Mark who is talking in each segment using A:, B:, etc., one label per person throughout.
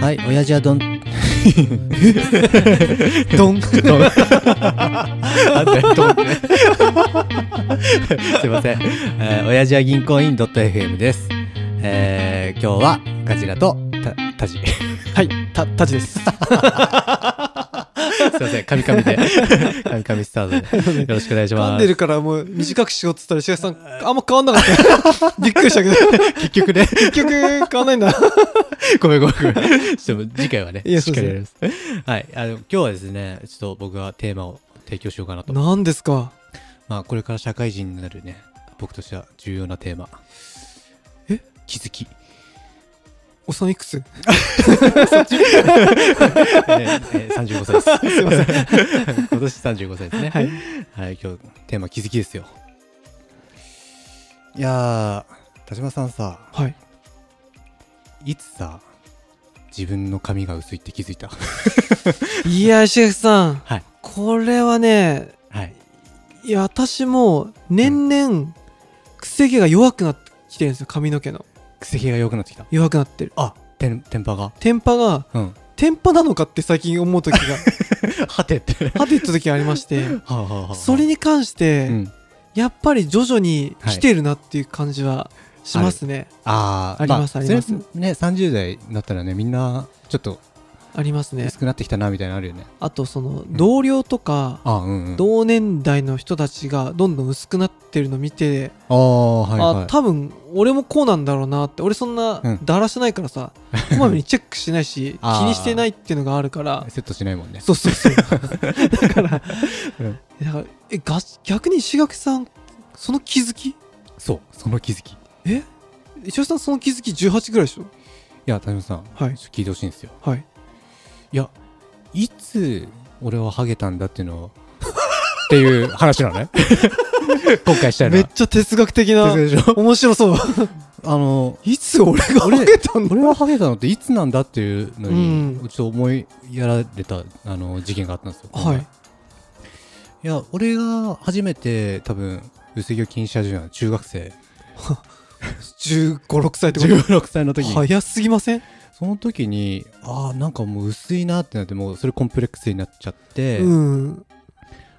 A: はい、親父はどん、
B: ドンドンあったよドンって
A: すいません。えー、親父は銀行員 .fm です。えー、今日は、ガジラ と、た、たじ。す
B: はいたたちです
A: いません、カミカミ で。カミカミスタートで。よろしくお願いし
B: 噛
A: ま。
B: んでするからもう短くしようっつったら石垣さんあんま変わんなかったよ びっくりしたけど
A: 結局ね、
B: 結局変わんないんだ
A: ごめんごめんごめん。ちょっと次回はね、
B: いや
A: しっかりやります。はい、あの、今日はですね、ちょっと僕がテーマを提供しようかなと。
B: 何ですか
A: まあ、これから社会人になるね、僕としては重要なテーマ。
B: え
A: 気づき。
B: おっさんいく
A: え
B: つ
A: ーえー35歳 です。すいません。 今年35歳ですね。はい。今日、テーマ気づきですよ。いやー、田島さんさ、
B: はい
A: いつさ、自分の髪が薄いって気づいた
B: いや石垣さん
A: はい。
B: これはね
A: はい。
B: いや私も年々くせ毛が弱くなってきてるんですよ髪の毛の
A: くせ毛が弱くなってきた。
B: 弱くなってる
A: あ、テン、テンパが。
B: テンパが
A: うん。
B: テンパなのかって最近思う時が
A: はてって。
B: はてった時がありまして
A: はあはあはあ
B: それに関して、
A: うん。
B: やっぱり徐々に来てるなっていう感じはしますね、
A: あー
B: あります
A: あ
B: あります
A: それね、30代になったらね、みんな、ちょっと
B: ありますね
A: 薄くなってきたな、みたいなのあるよね。
B: あとその同僚とか、
A: あうんうん。
B: 同年代の人たちがどんどん薄くなってるの見て、
A: ああ、はいはい
B: あ。多分俺もこうなんだろうなって俺そんな
A: うん
B: だらしないか らさ、こまめにチェックしないし気
A: あー
B: にしてないっていうのがあるから
A: セットしないもんね。
B: そうそうそ うだから,、
A: うん
B: だからえが逆に石垣さんその気づき
A: そう、その気づき。い
B: え石垣さんその気づき18ぐらいでしょ
A: や、田島さん、
B: はい
A: ちょっと聞いてほしいんですよ。
B: はい
A: いや、いつ俺はハゲたんだっていうのを っていう話なのね。 今回したいの
B: めっ
A: は。
B: ちゃ哲学的な
A: 哲学でしょ
B: 面白そう
A: あの、
B: いつ俺が
A: 俺
B: ハゲたんだ
A: 俺はハゲたのっていつなんだっていうのに、
B: うん
A: ちょっと思いやられたあの事件があったんですよ。
B: はい
A: いや、俺が初めて多分、薄毛を気にし始めたのは中学生。
B: 1 5 6歳ってこと
A: 16歳の時に。
B: 早すぎません、
A: その時に、ああ、なんかもう薄いなってなって、もうそれコンプレックスになっちゃって、
B: うん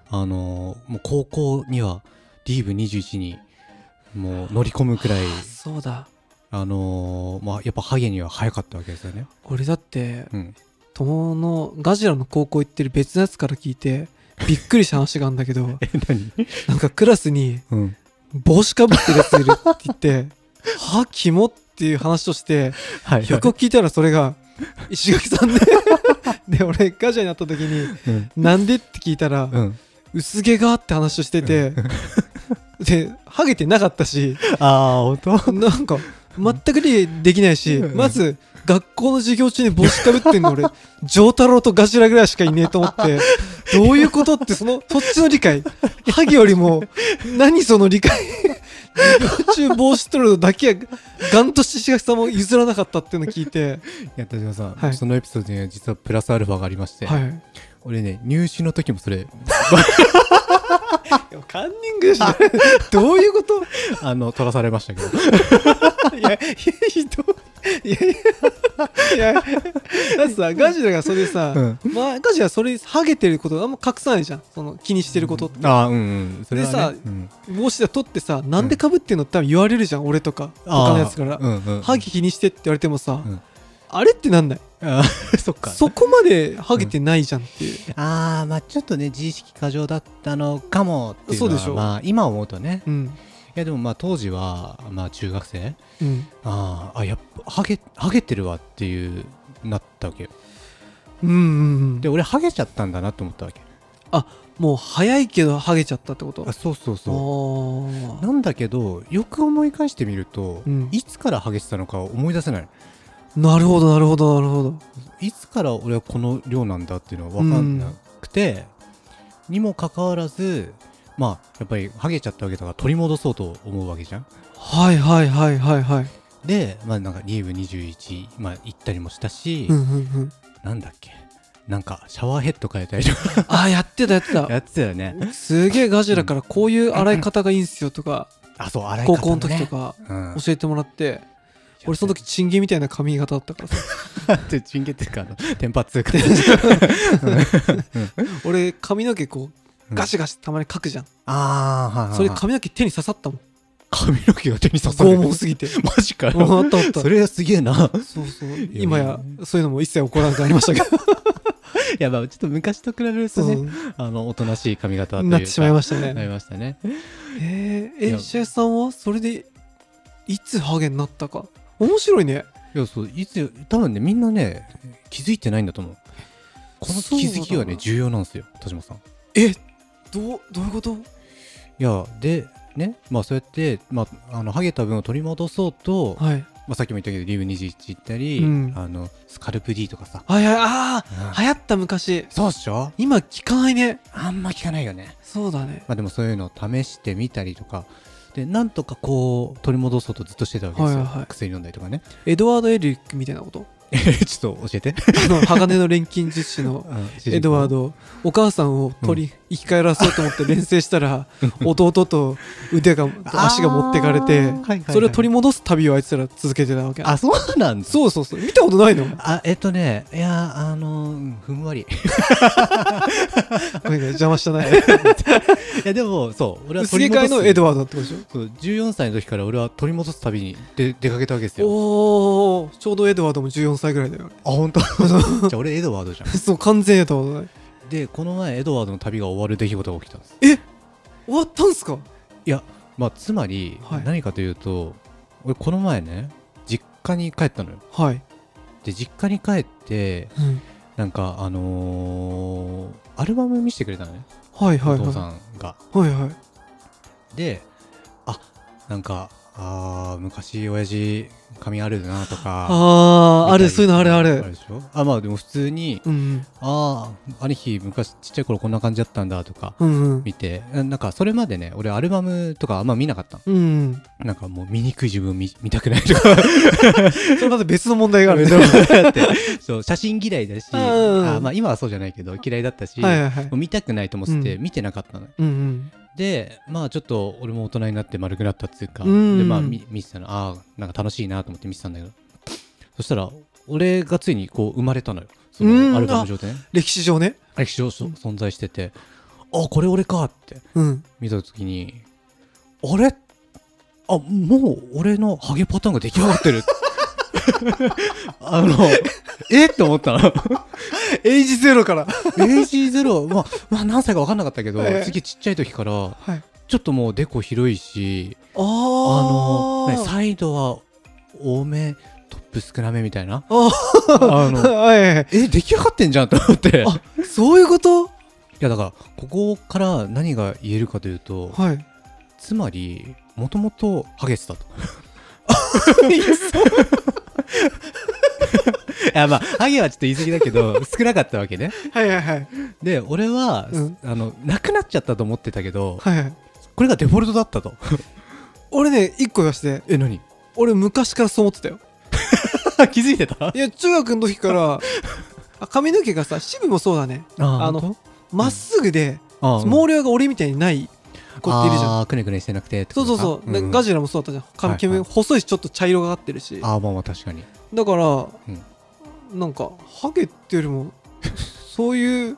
A: あのーもう高校にはリーブ21にもう乗り込むく らい、
B: そうだ
A: あのーまあ、やっぱハゲには早かったわけですよ ね。
B: 俺だって
A: うん、
B: 友のガジラの高校行ってる別のやつから聞いてびっくりした話があるんだけど
A: え、何
B: なんかクラスに
A: うん。
B: 帽子かぶってるやついるって言って はキモっていう話として
A: は
B: よく聞いたらそれが石垣さん でで俺ガジラになった時に
A: うん。
B: なんでって聞いたら、
A: うん、
B: 薄毛がって話をしてて、で、ハゲてなかったし、
A: ああ、本当
B: なんか、全く理解できないし、
A: うん
B: まず、学校の授業中に帽子かぶってんの 俺、丈太郎とガジラぐらいしかいねえと思って、どういうことって、その、そっちの理解、ハゲよりも、何その理解、授業中帽子取るのだけは、ガンとして石垣さんも譲らなかったっていうの聞いて、
A: いや、田島さん、
B: はい
A: そのエピソードには実はプラスアルファがありまして、
B: はい。い
A: 俺ね、入試の時もそ れ、
B: やカンニングでした。どういうこと
A: あの、取らされました けど。
B: いや、いやひどい。いやいや、いや、だってさ、ガジラがそれでさ、
A: う
B: まあ、ガジラそれ、ハゲてること、あんま隠さないじゃん、その気にしてることって。
A: ああ、うんうん。それは、ね、
B: でさ
A: うん、
B: 帽子で取ってさ、なんでかぶってんのって多分言われるじゃん、俺とか、他のやつから。
A: あーうんうん。
B: ハゲ気にしてって言われてもさ、
A: うん
B: あれってなんない
A: あー そっか。
B: そこまでハゲてないじゃんっていう。
A: ああまあちょっとね自意識過剰だったのかもっていうのは
B: そうでしょ
A: まあ今思うとね、
B: う
A: い
B: ん。
A: やでもまあ当時はまあ中学生
B: うん。
A: あーあやっぱハゲハゲてるわっていうなったわけよ
B: うんうんうん。
A: で俺ハゲちゃったんだなと思ったわけ
B: あ、もう早いけどハゲちゃったってこと
A: あそうそうそ
B: あ
A: うなんだけどよく思い返してみると、
B: うん
A: いつからハゲてたのか思い出せない
B: あ。なるほど、なるほど、なるほど。
A: いつから俺はこの量なんだっていうのは分かんなくて、にもかかわらずまあやっぱりハゲちゃったわけだから取り戻そうと思うわけじゃん
B: はいはいはいはいはい。
A: で、まあ、なんかリーブ21、まあ、行ったりもしたし、
B: うんうんうん。
A: なんだっけなんかシャワーヘッド変えたりとか
B: あーやってたやってた
A: やってたよね
B: すげえガジラからこういう洗い方がいいんすよとか
A: あそう洗い方、ね、
B: 高校の時とか
A: うん、
B: 教えてもらって俺 その時チンゲみたいな髪型だったからさ
A: 時チンゲっていうかあのテンパっつうか
B: 俺髪の毛こうガシガシたまにかくじゃん、
A: ああはいはいはい
B: それ髪の毛手に刺さったもん
A: 髪の毛が手に刺さる
B: 拷問すぎて
A: マジか
B: うん
A: よ
B: あったあった
A: それはすげえな
B: そうそう
A: や
B: 今やそういうのも一切起こらなくなりましたけ ど、
A: いやまあちょっと昔と比べるとね、あのおとなしい髪型というか
B: なってしまいました
A: な
B: ね
A: りましたね
B: え
A: い
B: ー、
A: や
B: えシェイさんはそれでいつハゲになったか面白いね
A: いやそういつ多分ねみんなね気づいてないんだと思うこの気づきが
B: そうだ
A: ね
B: な
A: 重要なんですよ田島さん
B: えどうどういうこと
A: いやでねまあそうやって、まあ、あのハゲた分を取り戻そうと、
B: はい
A: まあ、さっきも言ったけどリブ21行ったり、
B: うん
A: あのスカルプ D とかさ、
B: はいはいあ
A: うん
B: あ流行った昔
A: そうっしょ
B: 今聞かないね
A: あんま聞かないよね
B: そうだね
A: まあでもそういうのを試してみたりとかでなんとかこう取り戻そうとずっとしてたわけですよ、
B: はいはいはい
A: 薬飲んだりとかね
B: エドワード・エリックみたいなこと
A: えちょっと教えて
B: あの鋼の錬金術師 のエドワー
A: ド
B: ドお母さんを取り、生き返らそうと思って連成したら弟と腕が足が持ってかれてそれを取
A: り
B: り戻す旅をあいつら続けてたわけ
A: あそうなんだ
B: そうそうそう見たことないの
A: あえっとねいやあのうんふんわり
B: ごめんごめん邪魔した ね
A: いやでもそう俺は
B: 薄毛界のエド
A: ワ
B: ワードってことでし
A: そう14歳の時から俺は取り戻す旅に出出かけたわけです
B: ょ
A: よ
B: おおちょうどエドワードも14歳ぐらいだよ
A: あ本当 じゃあ俺エドワードじゃん
B: そう完全エドワードだね
A: でこの前エドワードの旅が終わる出来事が起きたんです
B: 終わったんすか
A: まあ、つまり、
B: はい
A: 何かというと俺この前ね実家に帰ったのよ
B: はい、
A: で実家に帰って
B: うん
A: なんかあのーアルバム見せてくれたのね、
B: はいはいは
A: お
B: い
A: 父
B: は
A: さんが
B: いはい
A: であなんかあー昔親父髪あるなとか
B: あ
A: 見
B: あ
A: た
B: あ
A: り
B: るそういうのあるある
A: でしょあまあでも普通に
B: うん
A: ああ兄貴昔ちっちゃい頃こんな感じだったんだとか
B: うんうん
A: 見てななんかそれまでね俺アルバムとかあんま見なかったの
B: うんうん
A: なんかもう醜い自分見見たくないとか
B: それまた 別の問題があるは
A: だってそう写真嫌いだし、
B: うんうんうん
A: あまあ、今はそうじゃないけど嫌いだったし、
B: い はいはい
A: もう見たくないと思ってて
B: う
A: 見てなかったの、
B: うん
A: でまあちょっと俺も大人になって丸くなったっていうか、
B: うんうん
A: でまあ見見てたのああんか楽しいなと思って見てたんだけどそしたら俺がついにこう生まれたのよそ
B: うん
A: のアルバム上でね
B: 歴史上ね
A: 歴史上そ存在しててあこれ俺かって
B: うん
A: 見た時にあれあもう俺のハゲパターンが出来上がってるあのえって思ったの
B: エイジゼロから
A: エイジゼロまあまあ何歳か分かんなかったけど
B: ええ
A: 次ちっちゃい時から
B: はい
A: ちょっともうデコ広いし
B: あ
A: あの、 ね、
B: ー
A: サイドは多めトップ少なめみたいな
B: あ
A: あ
B: あ
A: の
B: はいはい
A: え出来上がってんじゃんと思ってい
B: あそういうこと
A: やだからここから何が言えるかというと
B: はい
A: つまりもともとハゲてたと いやまあハゲはちょっと言い過ぎだけど少なかったわけね
B: はいはいはい
A: で俺は、
B: うん
A: あのなくなっちゃったと思ってたけど
B: はいはい
A: これがデフォルトだったと
B: 俺ね一個言わして
A: え 何
B: 俺昔からそう思ってた よ
A: 気づいてた
B: いや中学の時から あ髪の毛がさ支部もそうだね
A: あ
B: あのまっすぐで
A: あ
B: 毛量が俺みたいにない子っているじゃん
A: あーくねくねしてなくてってこ
B: そう
A: と
B: そう
A: か
B: そう、
A: ん
B: でガジラもそうだったじゃん髪毛も
A: はいは
B: 細いしちょっと茶色がかってるし、
A: ああまあまあ確かに
B: だから、なんかハゲっていうよりも そういう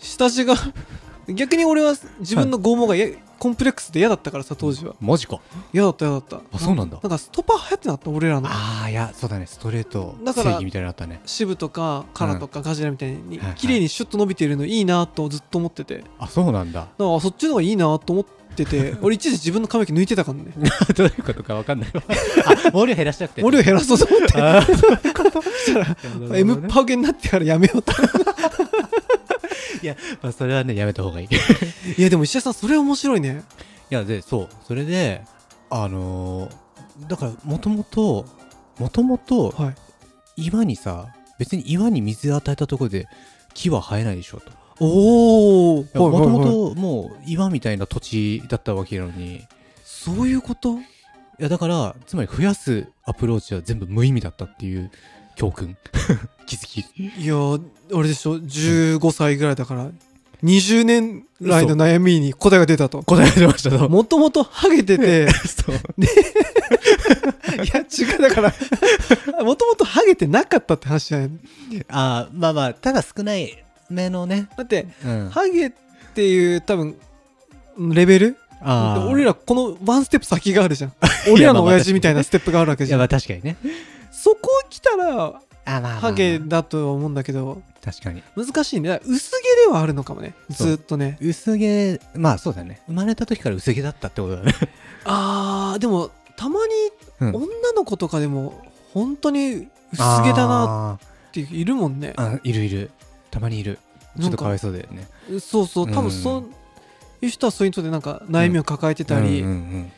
B: 下地が逆に俺は自分の剛毛がやコンプレックスで嫌だったからさ当時は
A: マジか
B: 嫌だった嫌だった
A: あそうなんだ
B: なんかストパー流行ってなかった俺らの
A: ああいやそうだねストレート
B: だか
A: 正
B: ら
A: 義みたいなのあったね
B: 渋とかカラとかガジラみたいに
A: はいはい
B: 綺麗にシュッと伸びてるのいいなとずっと思っててだか
A: あそうなん だ
B: らそっちの方がいいなと思っ てて俺一時自分の髪の毛抜いてたからね
A: どういうことかわ かんないわあ毛量減らしたくて
B: 俺を減らそうと思っ て
A: あー
B: したら
A: なるほど
B: M
A: ね
B: パゲになってからやめようと
A: まあそれはねやめた 方がいいい
B: いやでも石田さんそれ面白いね
A: やでそうそれであのーだからもともともともと
B: はい
A: 岩にさ別に岩に水与えたところで木は生えないでしょと
B: おお
A: もともともう岩みたいな土地だったわけなのにい
B: そういうこと
A: やだからつまり増やすアプローチは全部無意味だったっていう 教訓気づき
B: いやーあれでしょ15歳ぐらいだから20年来の悩みに答えが出たと
A: 答えが出ましたと。
B: もともとハゲ てて
A: そう。
B: いや違うだからもともとハゲてなかったって話じゃないの
A: あーまあまあ、ただ少ない目のね。
B: だって
A: うん。
B: ハゲっていう多分レベル
A: あー
B: 俺らこのワンステップ先があ るじゃん俺らの親父みたいなステップがあるわけ
A: い
B: じ
A: や、
B: ゃん
A: まあ確かにね。
B: そこ来たら
A: あーまあまあまあ
B: ハゲだと思うんだけど
A: 確かに。
B: 難しいねだから薄毛ではあるのかもね
A: そう
B: ずっとね
A: 薄毛、まあそうだね。生まれた時から薄毛だったってことだね。
B: あーでもたまに
A: うん
B: 女の子とかでも本当に薄毛だ
A: あー
B: なっているもんね
A: あいるいるたまにいるちょっとかわいそうだよね
B: そうそう多
A: う
B: 分
A: ん
B: そういう人はそういう人でなんか悩みを抱えてたり、
A: うんうんうん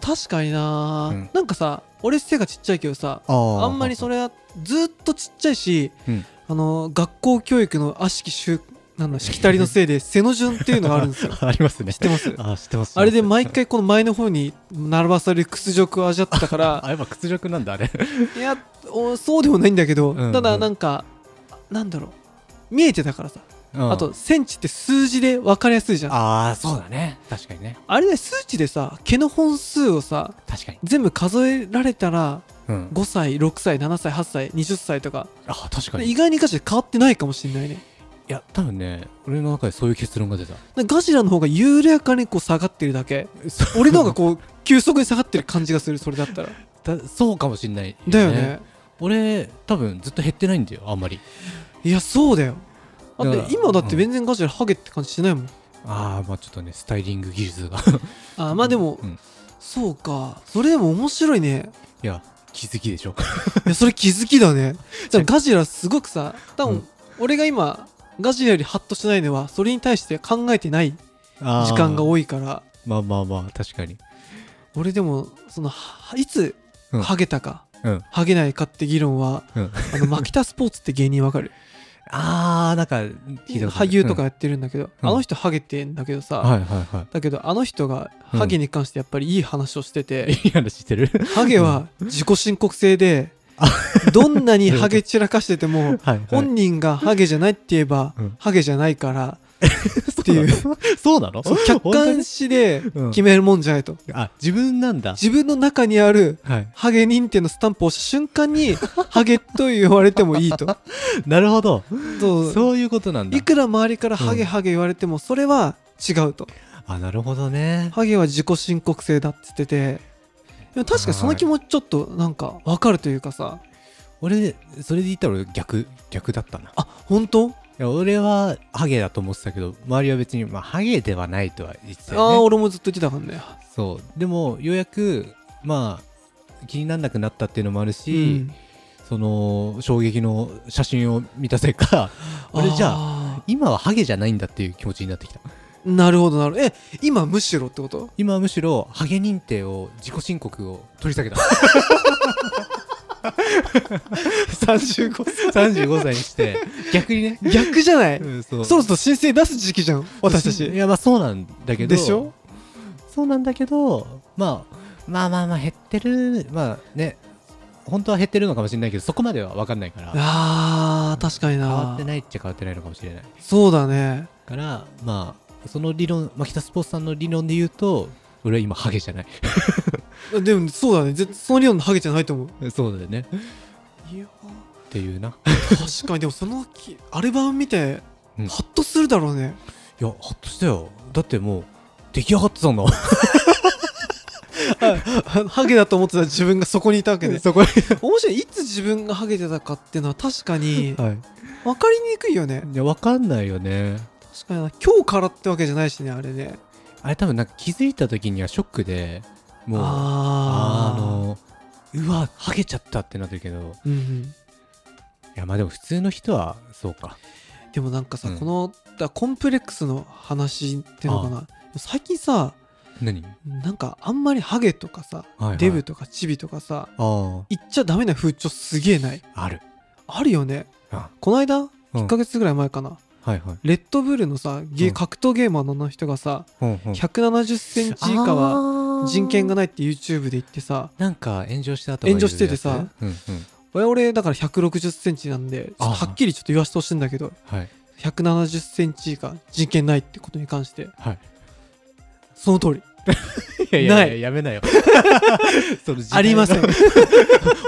B: 確かにな、
A: うん
B: なんかさ俺背がちっちゃいけどさ
A: あー
B: あんまりそれはずっとちっちゃいし、
A: うん
B: あの学校教育の悪しき習なんだしきたりのせいで背の順っていうのがあるん ですよ
A: ありますね
B: 知ってます
A: あー知ってます
B: あれで
A: 知ってま
B: 毎回この前の方に並ばされる屈辱を味わってたか
A: す
B: ら
A: あやっぱ屈辱なんだあれ
B: いやおそうでもないんだけど、
A: うんうん
B: ただなんかなんだろう見えてたからさ、あとセンチって数字で分かりやすいじゃんあ
A: ああそうだね確かにね
B: れね数値でさ毛の本数をさ
A: 確かに
B: 全部数えられたら
A: うん
B: 5歳6歳7歳8歳20歳とか、
A: あー確かに
B: 意
A: い
B: 外にガジラ変わってないかもしれないね
A: や多分ね俺の中でそういう結論が出た
B: なんかガジラの方が緩やかにこう下がってるだけ俺の方がこう急速に下がってる感じがするそれだったら
A: だそうかもしんない
B: だよね
A: 俺多分ずっと減ってないんだよあんまり
B: いやそうだよだっ
A: だから
B: て今だって全然ガジラハゲって感じしないもん、
A: ああまあちょっとねスタイリング技術が
B: あまあでも、
A: うん
B: そうかそれでも面白いね
A: いや気づきでしょ
B: いやそれ気づきだ ねだからガジラすごくさ多分、
A: うん
B: 俺が今ガジラよりハッとしてないのはそれに対して考えてない時
A: 時
B: 間が
A: い
B: 多いから
A: まあまあまあ確かに
B: 俺でもそのはいつ
A: うん
B: ハゲたか、
A: うん
B: ハゲないかって議論は、
A: うん
B: あのマキタスポーツって芸人わかる
A: ああなんか 聞いたことあ
B: 俳
A: る
B: 優とか
A: うん
B: やってるんだけど、
A: うん
B: あの人ハゲてんだけどさ、
A: はいはいはい
B: だけどあの人がハゲに関してやっぱりいい話をしてて、
A: いい話してる
B: ハゲは自己申告制で
A: あ
B: どんなにハゲ散らかしてても
A: はい、はい
B: 本人がハゲじゃないって言えば、
A: うん
B: ハゲじゃないからっていう
A: そうなの
B: そう客観視で
A: うん
B: 決めるもんじゃないと、
A: あ自分なんだ
B: 自分の中にある
A: はい
B: ハゲ認定のスタンプを押した瞬間 にハゲと言われてもいいと
A: なるほど
B: そう
A: そういうことなんだ
B: いくら周りから
A: うん
B: ハゲハゲ言われてもそれは違うと、
A: あなるほどね
B: ハゲは自己申告制だって言っててでも確かにその気持ちちょっとなんか分かるというかさ
A: 俺それで言ったら俺逆逆だったない
B: あ本当、
A: や俺はハゲだと思ってたけど周りは別に、まあ、ハゲではないとは言ってた
B: ああー
A: よね
B: 俺もずっと言ってたからね
A: そうでもようやくまあ気にならなくなったっていうのもある
B: う
A: し、
B: ん
A: その衝撃の写真を見たせいか俺じゃあ
B: あ
A: 今はハゲじゃないんだっていう気持ちになってきた
B: ーなるほどなるほどえ今むしろってこと
A: 今はむしろハゲ認定を自己申告を取り 下げた 35, 35歳にして逆にね、
B: 逆じゃない、
A: うんそう
B: そろそろ申請出す時期じゃん私た
A: い
B: ち
A: やまあそうなんだけど
B: でしょ
A: そうなんだけど、まあ、まあまあまあ減ってるまあね本当は減ってるのかもしれないけどそこまでは分かんないから
B: あー確かに
A: 変わっ
B: な
A: てないっちゃ変わってないのかもしれない
B: そうだね
A: からまあその理論マキタスポーツさんの理論で言うと俺は今ハゲじゃない
B: でもそうだねぜその理論のハゲじゃないと思う
A: そうだよね
B: いやー
A: っていうな
B: 確かにでもそのきアルバム見て
A: う
B: ハ
A: ん
B: ッとするだろうね、
A: いや、はっとしたよ。だってもう、出来上がってたんだ。
B: ハゲだと思ってた自分がそこにいたわけ で
A: そこに。
B: 面白いいつ自分がハゲてたかっていうのは確かに
A: はい。
B: 分かりにくいよね
A: いや、わかんないよね。
B: 確かにな今日からってわけじゃないしねあれね
A: あれ多分なんか気づいた時にはショックで、もう、あ
B: あー
A: の、うわ、ハゲちゃったってなってるけど、
B: うんうん
A: いや、まあでも普通の人は、そうか。
B: でもなんかさ、
A: うん
B: このだコンプレックスの話っていうのかな最近さ
A: 何はい、
B: なんかあんまりハゲとかさ、
A: はい
B: デブとかチビとかさ
A: あ
B: 言っちゃダメな風潮すげえない
A: あ、ある。
B: あるよね
A: あ
B: この間
A: うん
B: 1ヶ月ぐらい前かな、
A: はいはい。
B: レッドブルのさゲー
A: うん
B: 格闘ゲーマーの人がさ
A: うんうん
B: 1 7 0センチ以下は
A: は
B: 人権が
A: ない。
B: ないって YouTube で言ってさ
A: なんか炎上した後
B: 炎上しててさ
A: うんうん。
B: 我々だから1 6 0センチなんでちょっと
A: あー
B: はっきりちょっと言わせてほしいんだけど
A: はい。
B: 170センチ以下人権ないってことに関して、
A: はい
B: その通り
A: いやいや
B: ない
A: ややめな よその時代の
B: ありま せん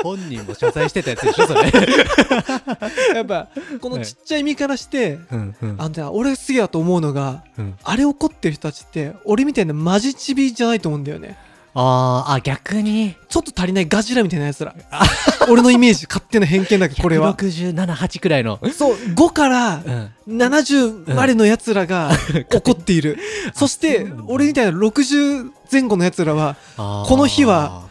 A: 本人も謝罪してたやつでしょそれ
B: やっぱこのちっちゃい身からして、
A: うんうん
B: あのね俺すげえやと思うのが
A: うん
B: あれ怒ってる人たちって俺みたいなマジチビじゃないと思うんだよね
A: あーあ逆に
B: ちょっと足りないガジラみたいなや つら俺のイメージ勝手な偏見だけどこれは
A: 678くらいの、
B: そう5から
A: うん、
B: 70までのやつらが 怒っている、そして俺みたいな60前後のやつらは
A: こ
B: この日は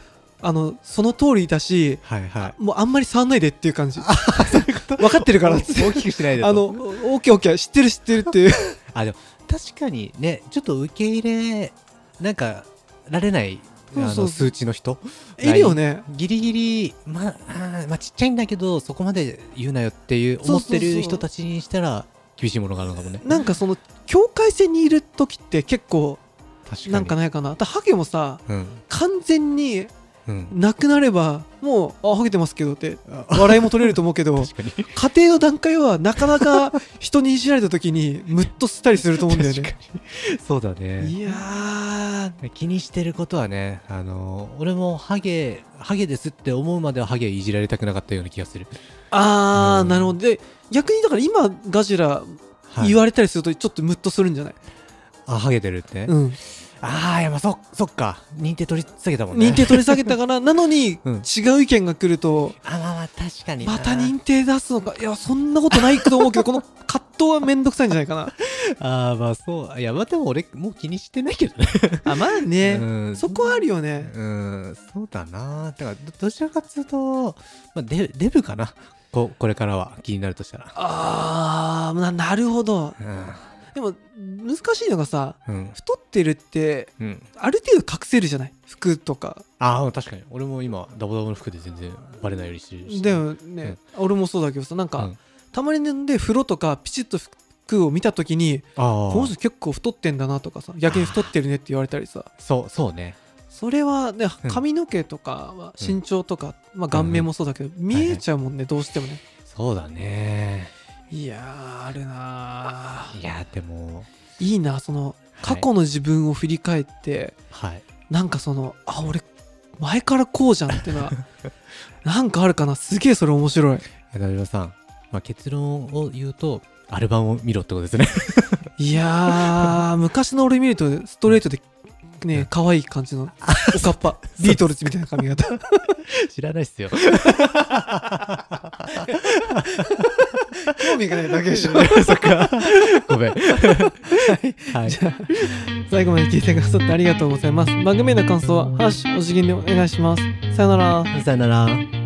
B: あのその通りだし
A: はいはい
B: もうあんまり触んないでっていう感じ分かってるからっつって
A: 大きくしないでと
B: あのオッケーオッケー知ってる知ってるっていう
A: あでも確かにねちょっと受け入れなんかられないあ
B: そうそう
A: の数値の人
B: いるよね
A: ギリギリ、まああー、まあちっちゃいんだけどそこまで言うなよっていう
B: そ
A: 思
B: うそ
A: っ
B: うそう
A: てる人たちにしたら厳しいものがあるのかもね
B: なんかその境界線にいる時って結構
A: 確かに
B: なんかないかなだハゲもさ
A: うん
B: 完全に
A: うん
B: なくなればもうあハゲてますけどって笑いも取れると思うけど
A: 確かに
B: 家庭の段階はなか なか人にいじられた時にムッとしたりすると思うんだよね
A: 確かにそうだね
B: いやー
A: 気にしてることはねあのー俺もハゲハゲですって思うまではハゲいじられたくなかったような気がする、
B: あー、
A: うん
B: なるほどで逆にだから今ガジラ言
A: わ
B: われたりするとちょっとムッとするんじゃない、
A: あハゲてるって、
B: うん
A: ああいやまあそそっか認定取り下げたもんね
B: 認定取り下げたからなのに
A: うん
B: 違う意見が来ると
A: あまあまあ確かに
B: また認定出すのかいやそんなことないと 思うけどこの葛藤はめんどくさいんじゃないかな
A: ああまあそういやまあでも俺もう気にしてないけどね
B: あまあね
A: うん
B: そこはあるよね
A: うんそうだなだからどどちらかというと、まあ、デデブかなここれからは気になるとしたら
B: あーななるほどでも難しいのがさ
A: うんうん、
B: 太ってるって
A: うん、
B: ある程度隠せるじゃない服とか
A: ああ確かに俺も今ダボダボの服で全然バレないようにしてるし
B: だよね、俺もそうだけどさなんか、
A: うん
B: たまにねで風呂とかピチッと服を見た時に
A: ああ
B: この人結構太ってんだなとかさ逆に太ってるねって言われたりさ
A: そうそうね
B: それはね
A: うん
B: 髪の毛とかは身長とか、まあ、顔面もそうだけど、見えちゃうもんね、どうしてもね
A: そうだね
B: いやーあるなー
A: いやでも
B: いいなその
A: はい
B: 過去の自分を振り返って、
A: はい
B: なんかそのあ俺前からこうじゃんって のはなんかあるかなすげえそれ面白い
A: 田島さん、まあ、結論を言うとアルバムを見ろってことですね
B: いやー昔の俺見るとストレートでね可愛い感じのおかっ ぱビートルズみたいな髪型
A: 知らないっすよ
B: 興味がないだけでしょ
A: そっか。ご めん。はい。
B: じゃあ最後まで聞いてくださってありがとうございます番組への感想は「ハッシュお辞儀」でお願いしますさよなら
A: さよなら。